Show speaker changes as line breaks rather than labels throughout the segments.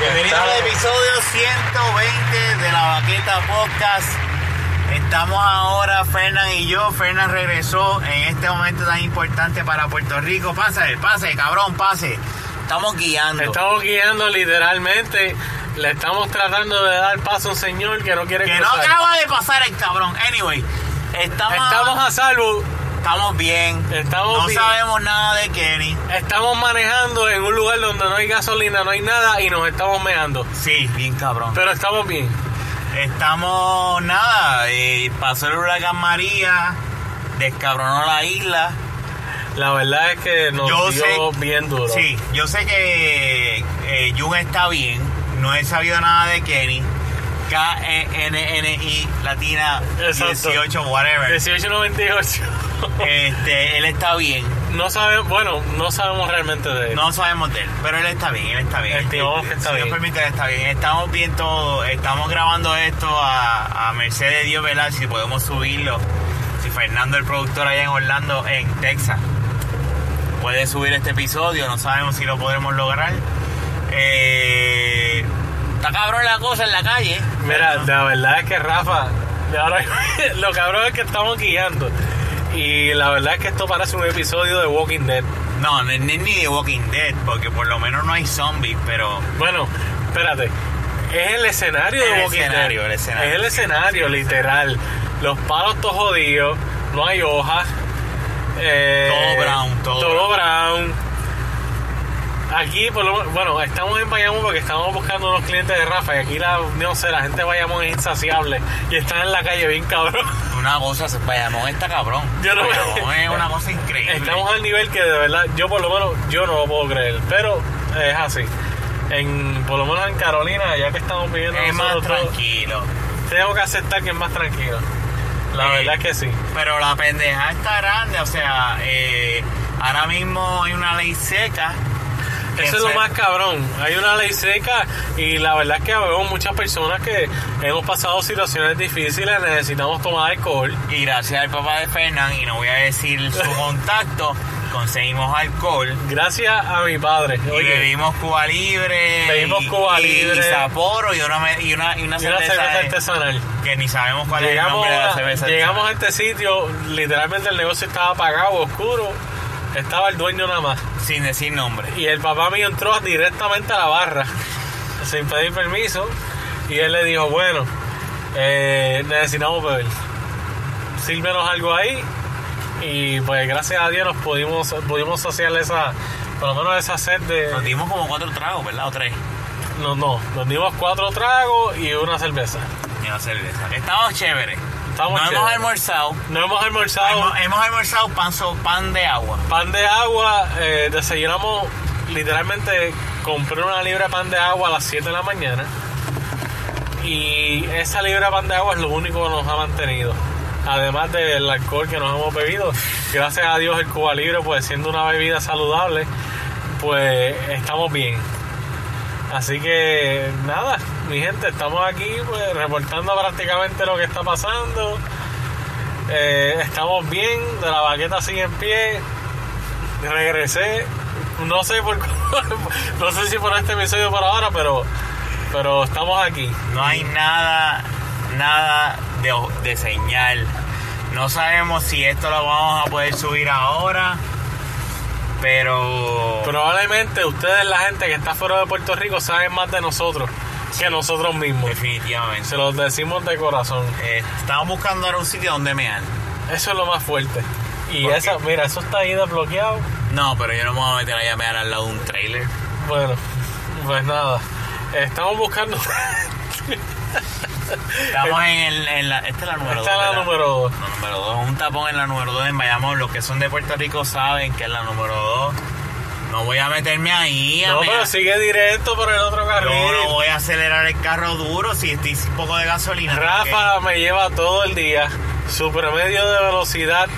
Bienvenidos al episodio 120 de la Vaqueta Podcast. Estamos ahora, Fernan y yo. Fernan regresó en este momento tan importante para Puerto Rico. Pásale, pase, cabrón, pase. Estamos guiando.
Estamos guiando literalmente. Le estamos tratando de dar paso a un señor que no quiere
que no
cruzar.
acaba de pasar el cabrón. Anyway, estamos,
Estamos a salvo.
estamos bien.
Estamos
no
bien.
sabemos nada de Kenny.
Estamos manejando en un lugar donde no hay gasolina, no hay nada y nos estamos meando.
Sí, bien cabrón.
Pero estamos bien.
Estamos nada, eh, pasó el huracán María, descabronó la isla.
La verdad es que nos
Yo
dio
sé-
bien duro.
Sí, yo sé que eh, Jun está bien, no he sabido nada de Kenny. E K-E-N-N-I Latina
Exacto.
18, whatever.
1898.
Este, él está bien.
no sabemos, bueno, no sabemos realmente de él.
No sabemos de él, pero él está bien, él está bien.
Estimamos que está
si
bien.
Dios permite, él está bien. Estamos bien todos, estamos grabando esto a, a merced de Dios, ¿verdad? Si podemos subirlo. Si Fernando, el productor allá en Orlando, en Texas, puede subir este episodio, no sabemos si lo podremos lograr. Eh, está cabrón la cosa en la calle.
Mira,
Pero-
la verdad es que Rafa, de ahora- lo cabrón es que estamos guiando. Y la verdad es que esto parece un episodio de Walking Dead.
no, ni, ni ni de Walking Dead, porque por lo menos no hay zombies, pero
Bueno, espérate. Es el escenario
El
de Walking
escenario,
Dead.
el escenario.
Es el escenario, literal. Los palos todos jodidos, no hay hojas. eh,
Todo brown, todo
brown. Aquí, por lo, bueno, estamos en Bayamón porque estamos buscando unos clientes de Rafa. Y aquí, la, no sé, la gente de Bayamón es insaciable. Y están en la calle bien cabrón.
una cosa, Bayamón está cabrón.
Yo no-
Bayamón es una cosa increíble.
Estamos al nivel que de verdad, yo por lo menos, yo no lo puedo creer. Pero es así. En, por lo menos en Carolina, ya que estamos pidiendo
Es más
nosotros todo-
tranquilo.
Tengo que aceptar que es más tranquilo. La
Eh,
verdad es que sí.
Pero la pendeja está grande, o sea, eh, ahora mismo hay una ley seca. que
Eso es lo
se-
más cabrón. Hay una ley seca y la verdad es que vemos muchas personas que hemos pasado situaciones difíciles, necesitamos tomar alcohol.
Y gracias al papá de Fernán, y no voy a decir su contacto, conseguimos alcohol.
Gracias a mi padre.
Y
Oye,
bebimos Cuba Libre.
Bebimos
y-
Cuba
y- Y
Libre.
Sapporo y una, me- y una, y una
y una
cerveza,
cerveza
eh,
artesanal.
que ni sabemos cuál es el
Llegamos,
nombre de la
a-
cerveza.
llegamos a este sitio, literalmente el negocio estaba apagado, oscuro. Estaba el dueño nada más.
Sin decir nombre.
Y el papá mío entró directamente a la barra, sin pedir permiso, y él le dijo, bueno, eh, necesitamos beber. Sírvenos algo ahí. Y pues gracias a Dios nos pudimos, pudimos saciar esa, por lo menos esa sed
Nos
de.
dimos como cuatro tragos, ¿verdad? O tres.
No, no, nos dimos cuatro tragos y una cerveza.
Y una cerveza. Estamos chéveres.
Estamos
no hemos
chéveres.
almorzado.
No hemos almorzado
Hemos, hemos almorzado pan, so- pan de agua.
pan de agua, eh, desayunamos literalmente, compré una libra de pan de agua a las 7 de la mañana y esa libra de pan de agua es lo único que nos ha mantenido. Además del alcohol que nos hemos bebido, gracias a Dios el Cuba Libre, pues siendo una bebida saludable, pues estamos bien. Así que nada, mi gente, estamos aquí pues, reportando prácticamente lo que está pasando. Eh, estamos bien, de la baqueta sigue en pie. Regresé, no sé por no sé si por este episodio por ahora, pero pero estamos aquí.
No hay
Mm.
nada, nada de, de señal. No sabemos si esto lo vamos a poder subir ahora, pero...
Probablemente ustedes, la gente que está fuera de Puerto Rico, saben más de nosotros que nosotros mismos.
definitivamente.
Se los decimos de corazón.
Eh, estamos buscando ahora un sitio donde mean.
Eso es lo más fuerte. Y
¿Por
esa, mira, eso está ahí desbloqueado.
No, pero yo no me voy a meter allá a mear al lado de un trailer.
Bueno, pues nada. Estamos buscando.
Estamos en, el, en la... Esta es la número 2.
Esta es la número dos.
La número 2, un tapón en la número 2 en Bayamón. Los que son de Puerto Rico saben que es la número 2. No voy a meterme ahí. a
No,
mear.
pero sigue directo por el otro carril.
Yo no voy a acelerar el carro duro si estoy sin poco de gasolina.
Rafa me lleva todo el día su promedio de velocidad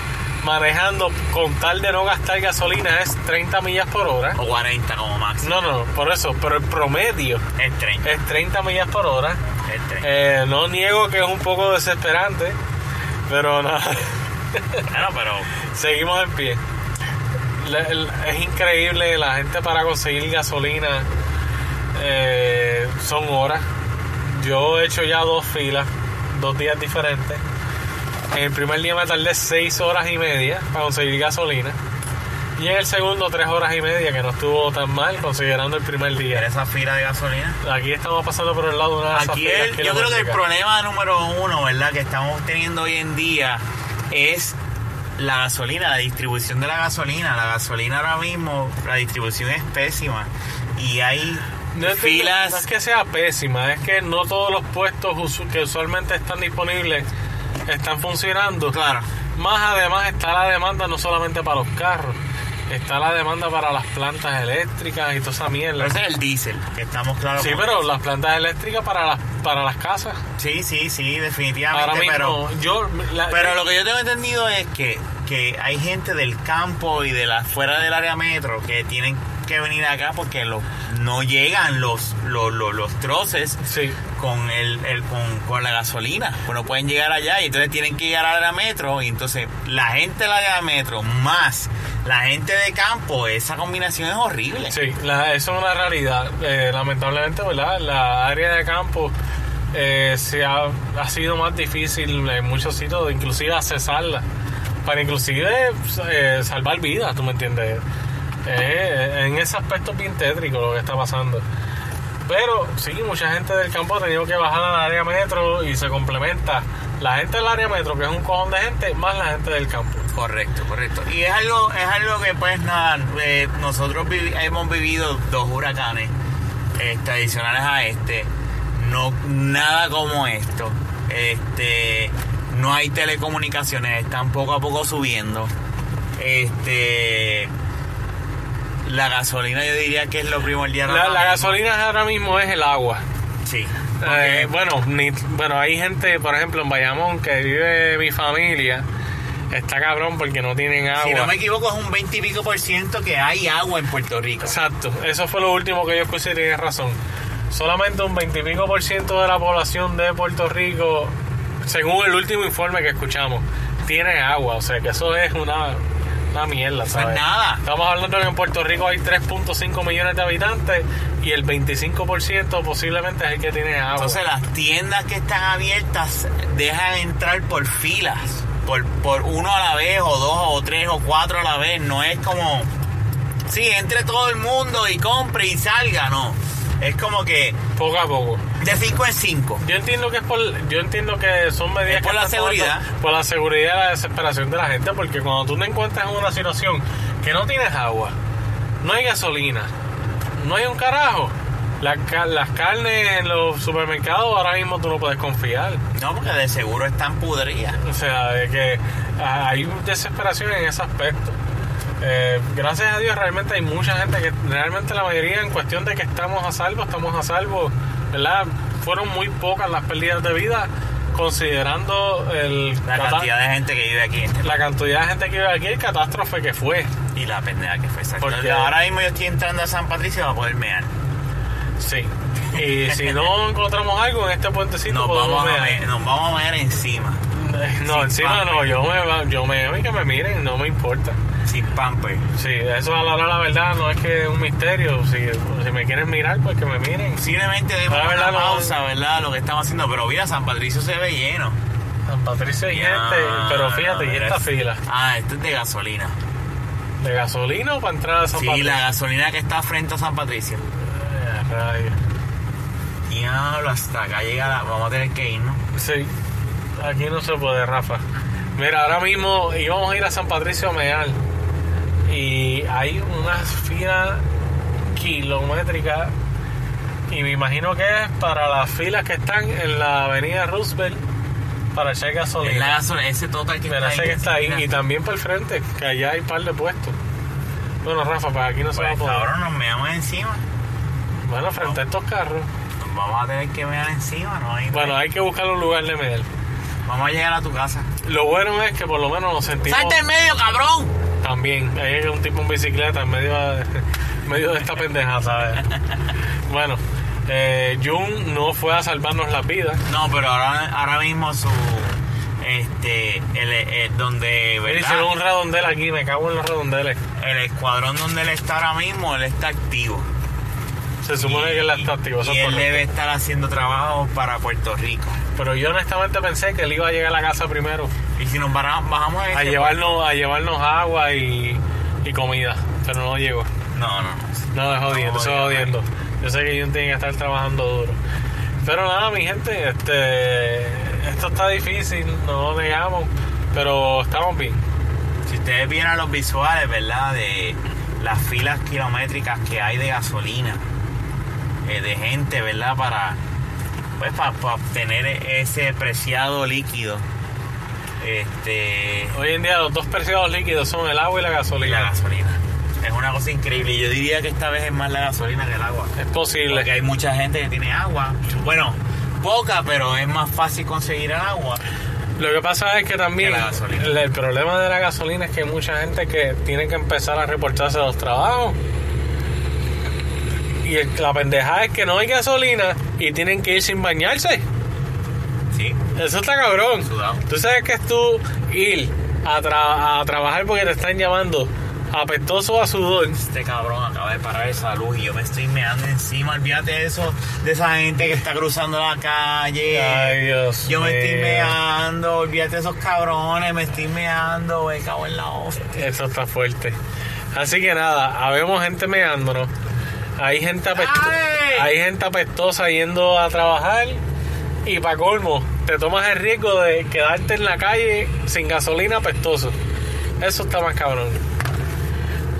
manejando con tal de no gastar gasolina es 30 millas por hora.
O 40 como máximo.
No, no, no, por eso, pero el promedio
Es 30.
es 30 millas por hora.
Es 30.
Eh, no niego que es un poco desesperante, pero nada,
Bueno, pero
seguimos en pie. La- el- es increíble la gente para conseguir gasolina. eh, son horas. Yo he hecho ya dos filas, dos días diferentes. En el primer día me tardé seis horas y media para conseguir gasolina. Y en el segundo, tres horas y media, que no estuvo tan mal considerando el primer
en
día.
esa fila de gasolina.
Aquí estamos pasando por el lado de una de esas
Aquí
filas
el- yo creo que el
kilométricas.
problema número uno, ¿verdad? Que estamos teniendo hoy en día es la gasolina, la distribución de la gasolina. La gasolina ahora mismo, la distribución es pésima. Y hay
No es, que- no es
filas...
que sea pésima, es que no todos los puestos usu- que usualmente están disponibles están funcionando.
pues Claro.
Más además está la demanda no solamente para los carros, está la demanda para las plantas eléctricas y toda esa
Pero
mierda.
ese es el diésel, que estamos claros.
Sí,
con-
pero las plantas eléctricas para las, para las casas.
Sí, sí, sí, definitivamente.
Ahora mismo,
pero
yo... la-
Pero lo que yo tengo entendido es que, que hay gente del campo y de la fuera del área metro que tienen que venir acá porque lo- no llegan los, los, los, los troces
Sí.
con el, el- con, con la gasolina. Pues no pueden llegar allá y entonces tienen que llegar al área metro. Y entonces la gente del área metro más la gente de campo, esa combinación es horrible.
Sí, la- eso es una realidad. Eh, lamentablemente, ¿verdad? La área de campo eh, se ha, ha sido más difícil en muchos sitios, de inclusive accesarla, para inclusive eh, salvar vidas, ¿tú me entiendes? Eh, en ese aspecto es bien tétrico lo que está pasando. Pero sí, mucha gente del campo ha tenido que bajar al área metro y se complementa la gente del área metro, que es un cojón de gente, más la gente del campo.
Correcto, correcto. Y es algo, es algo que pues nada, eh, nosotros vivi- hemos vivido dos huracanes eh, tradicionales a este. No, nada como esto. Este, no hay telecomunicaciones, están poco a poco subiendo. Este, la gasolina yo diría que es lo primordial.
La,
ahora
la
mismo.
gasolina ahora mismo es el agua.
Sí.
Eh,
Porque-
bueno, ni- bueno, hay gente, por ejemplo, en Bayamón que vive mi familia, está cabrón porque no tienen agua.
si no me equivoco es un 20 y pico por ciento que hay agua en Puerto Rico.
Exacto, eso fue lo último que yo escuché y tienes razón. Solamente un 25% por ciento de la población de Puerto Rico, según el último informe que escuchamos, tiene agua. O sea, que eso es una, una mierda,
No es
¿sabes?
Pues nada.
Estamos hablando que en Puerto Rico hay 3.5 millones de habitantes y el 25% posiblemente es el que tiene agua.
Entonces las tiendas que están abiertas dejan entrar por filas, por, por uno a la vez, o dos, o tres, o cuatro a la vez. No es como, sí, entre todo el mundo y compre y salga, no. Es como que
poco a poco.
de cinco en cinco.
Yo entiendo que es por, yo entiendo que son medidas
Es por
que
la
están tomando
seguridad.
por la seguridad y la desesperación de la gente, porque cuando tú te encuentras en una situación que no tienes agua, no hay gasolina, no hay un carajo, las ca- las carnes en los supermercados ahora mismo tú no puedes confiar.
No, porque de seguro están pudridas.
O sea, de que ah, hay desesperación en ese aspecto. Eh, gracias a Dios realmente hay mucha gente que realmente la mayoría en cuestión de que estamos a salvo, estamos a salvo, ¿verdad? Fueron muy pocas las pérdidas de vida considerando el
La
cata-
cantidad de gente que vive aquí en este-
la cantidad de gente que vive aquí, el catástrofe que fue.
y la pendeja que fue. exacto.
Porque-
Ahora mismo yo estoy entrando a San Patricio para poder mear.
Sí. Y si no encontramos algo en este puentecito,
Nos
podemos
vamos, a
ver.
me- nos vamos a mear encima,
No,
sin
encima no,
papel.
yo me, va- yo me, a mí que me miren, no me importa.
sin pamper.
Sí, eso a la hora la verdad no es que es un misterio. Si, si me quieren mirar, pues que me miren.
Posiblemente demos
Ahora,
una
¿verdad? No-
pausa, ¿verdad? Lo que estamos haciendo, pero mira, San Patricio se ve lleno.
San Patricio y gente,
Ah,
pero fíjate, y
mira,
esta
es-
fila
Ah, esto es de gasolina.
de gasolina o para entrar a San
sí,
Patricio.
la gasolina que está frente a San Patricio.
Eh, rayos.
Diablo, hasta acá llega la... Vamos a tener que ir, ¿no?
Sí, aquí no se puede, Rafa. Mira, ahora mismo íbamos a ir a San Patricio a mear y hay una fila kilométrica y me imagino que es para las filas que están en la avenida Roosevelt para echar gasolina.
Es la gasolina, ese total que
Me
está ahí.
parece que está ahí. Y
Mira.
también para el frente, que allá hay par de puestos. Bueno, Rafa, para aquí no se va a
Pues
poder.
ahora nos meamos encima.
Bueno, frente a estos carros.
Nos vamos a tener que mear encima, ¿no? Hay...
Bueno, hay que buscar un lugar de medir.
Vamos a llegar a tu casa.
Lo bueno es que por lo menos nos sentimos
¡Salte en medio, cabrón!
también. Hay un tipo en bicicleta en medio de, en medio de esta pendeja, ¿sabes? Bueno, eh, Jun no fue a salvarnos las vidas.
No, pero ahora, ahora mismo su... Este... El, el- donde...
Él
¿verdad?
hicieron un redondel aquí, me cago en los redondeles.
El escuadrón donde él está ahora mismo, él está activo.
Se supone que él está activo, eso
Y
es
él
correcto.
debe estar haciendo trabajo para Puerto Rico.
Pero yo honestamente pensé que él iba a llegar a la casa primero
Y si nos bara- bajamos en
a
este
llevarnos, a llevarnos agua y, y comida, pero no llegó.
puerto- No, no, no. pues.
No, es jodiendo, eso es jodiendo. Yo sé que Jun tiene que estar trabajando duro. Pero nada, mi gente, este, esto está difícil, no lo negamos, pero estamos bien.
Si ustedes vieran los visuales, ¿verdad? De las filas kilométricas que hay de gasolina, eh, de gente, ¿verdad? Para, pues, para, obtener ese preciado líquido. Este.
Hoy en día los dos preciados líquidos son el agua y la
Y la
gasolina.
gasolina. Es una cosa increíble. Y Yo diría que esta vez es más la gasolina que el agua.
Es
Porque
posible.
hay mucha gente que tiene agua. Bueno, poca, pero es más fácil conseguir el agua.
Lo que pasa es que también
Que la gasolina.
el, el problema de la gasolina es que hay mucha gente que tiene que empezar a reportarse a los trabajos. Y el- la pendejada es que no hay gasolina y tienen que ir sin bañarse.
Sí,
Eso está cabrón.
sudado.
Tú sabes que es tú ir a, tra- a trabajar porque te están llamando apestoso a sudor.
Este cabrón acaba de parar esa luz y yo me estoy meando encima. Olvídate de eso, de esa gente que está cruzando la calle.
Ay, Dios
yo me estoy
mío.
meando. Olvídate de esos cabrones, me estoy meando. Me cago en la hostia.
Eso está fuerte. Así que nada, habemos gente meándonos. Hay gente, apesto-
¡Ay!
hay gente apestosa yendo a trabajar. Y para colmo, te tomas el riesgo de quedarte en la calle sin gasolina apestoso. Eso está más cabrón.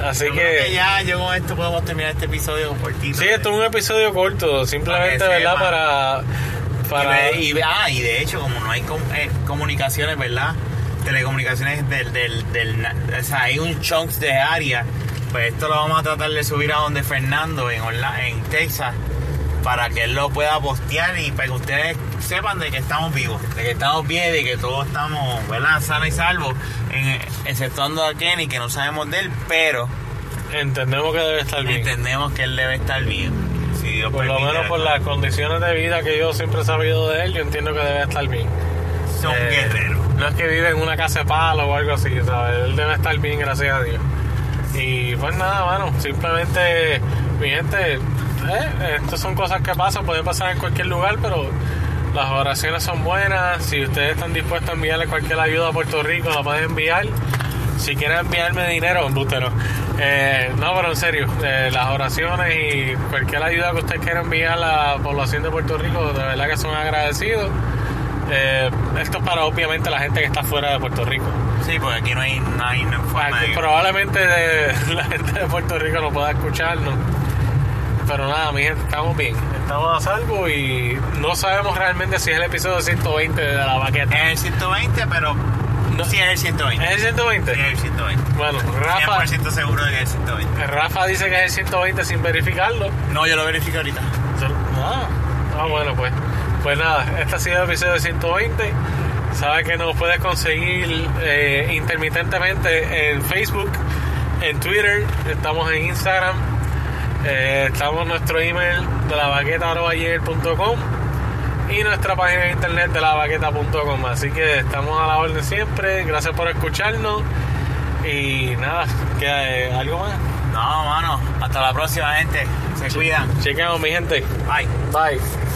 Así
Yo creo
que.
que ya, yo con esto podemos terminar este episodio cortito.
Sí, esto es un episodio corto, simplemente,
Para que
¿verdad?
sepa.
Para. Para.
Y, ve- y ve- ah, y de hecho, como no hay com- eh, comunicaciones, ¿verdad? Telecomunicaciones del, del, del na- O sea, hay un chunks de área. Pues esto lo vamos a tratar de subir a donde Fernando, en, Orla- en Texas, para que él lo pueda postear y para que ustedes sepan de que estamos vivos, de que estamos bien, de que todos estamos, ¿verdad? Sano y salvo, en- exceptuando a Kenny, que no sabemos de él, pero
Entendemos que debe estar bien.
entendemos que él debe estar bien. Si Dios
por lo
permite,
menos por las condiciones de vida que yo siempre he sabido de él, yo entiendo que debe estar bien.
Es un
Eh,
guerrero.
No es que vive en una casa de palo o algo así, ¿sabes? Él debe estar bien, gracias a Dios. Y pues nada, mano, simplemente, mi gente, eh, estas son cosas que pasan, pueden pasar en cualquier lugar, pero las oraciones son buenas. Si ustedes están dispuestos a enviarle cualquier ayuda a Puerto Rico, la pueden enviar. Si quieren enviarme dinero, embuste, no. Eh, no, pero en serio, eh, las oraciones y cualquier ayuda que usted quiera enviar a la población de Puerto Rico, de verdad que son agradecidos. Eh, esto es para obviamente la gente que está fuera de Puerto Rico.
Sí, porque aquí no hay, no hay forma
Aquí
de-
Pues probablemente de- la gente de Puerto Rico no pueda escucharnos. Pero nada, mi gente, estamos bien. Estamos a salvo y no sabemos realmente si es el episodio 120 de la baqueta.
Es el 120, pero.
No.
Sí, es el 120.
¿Es el
Sí, es
120?
el 120.
Bueno, Rafa,
100% seguro de que es el 120.
Rafa dice que es el 120 sin verificarlo.
No, yo lo verifico ahorita.
Ah, ah, bueno, pues. Pues nada, este ha sido el episodio 120. Sabes que nos puedes conseguir eh, intermitentemente en Facebook, en Twitter, estamos en Instagram, eh, estamos en nuestro email de la y nuestra página de internet de la Así que estamos a la orden siempre. Gracias por escucharnos. Y nada, queda eh, algo más.
No, mano. Hasta la próxima, gente. Se cuidan.
Chequeamos, mi gente.
Bye.
Bye.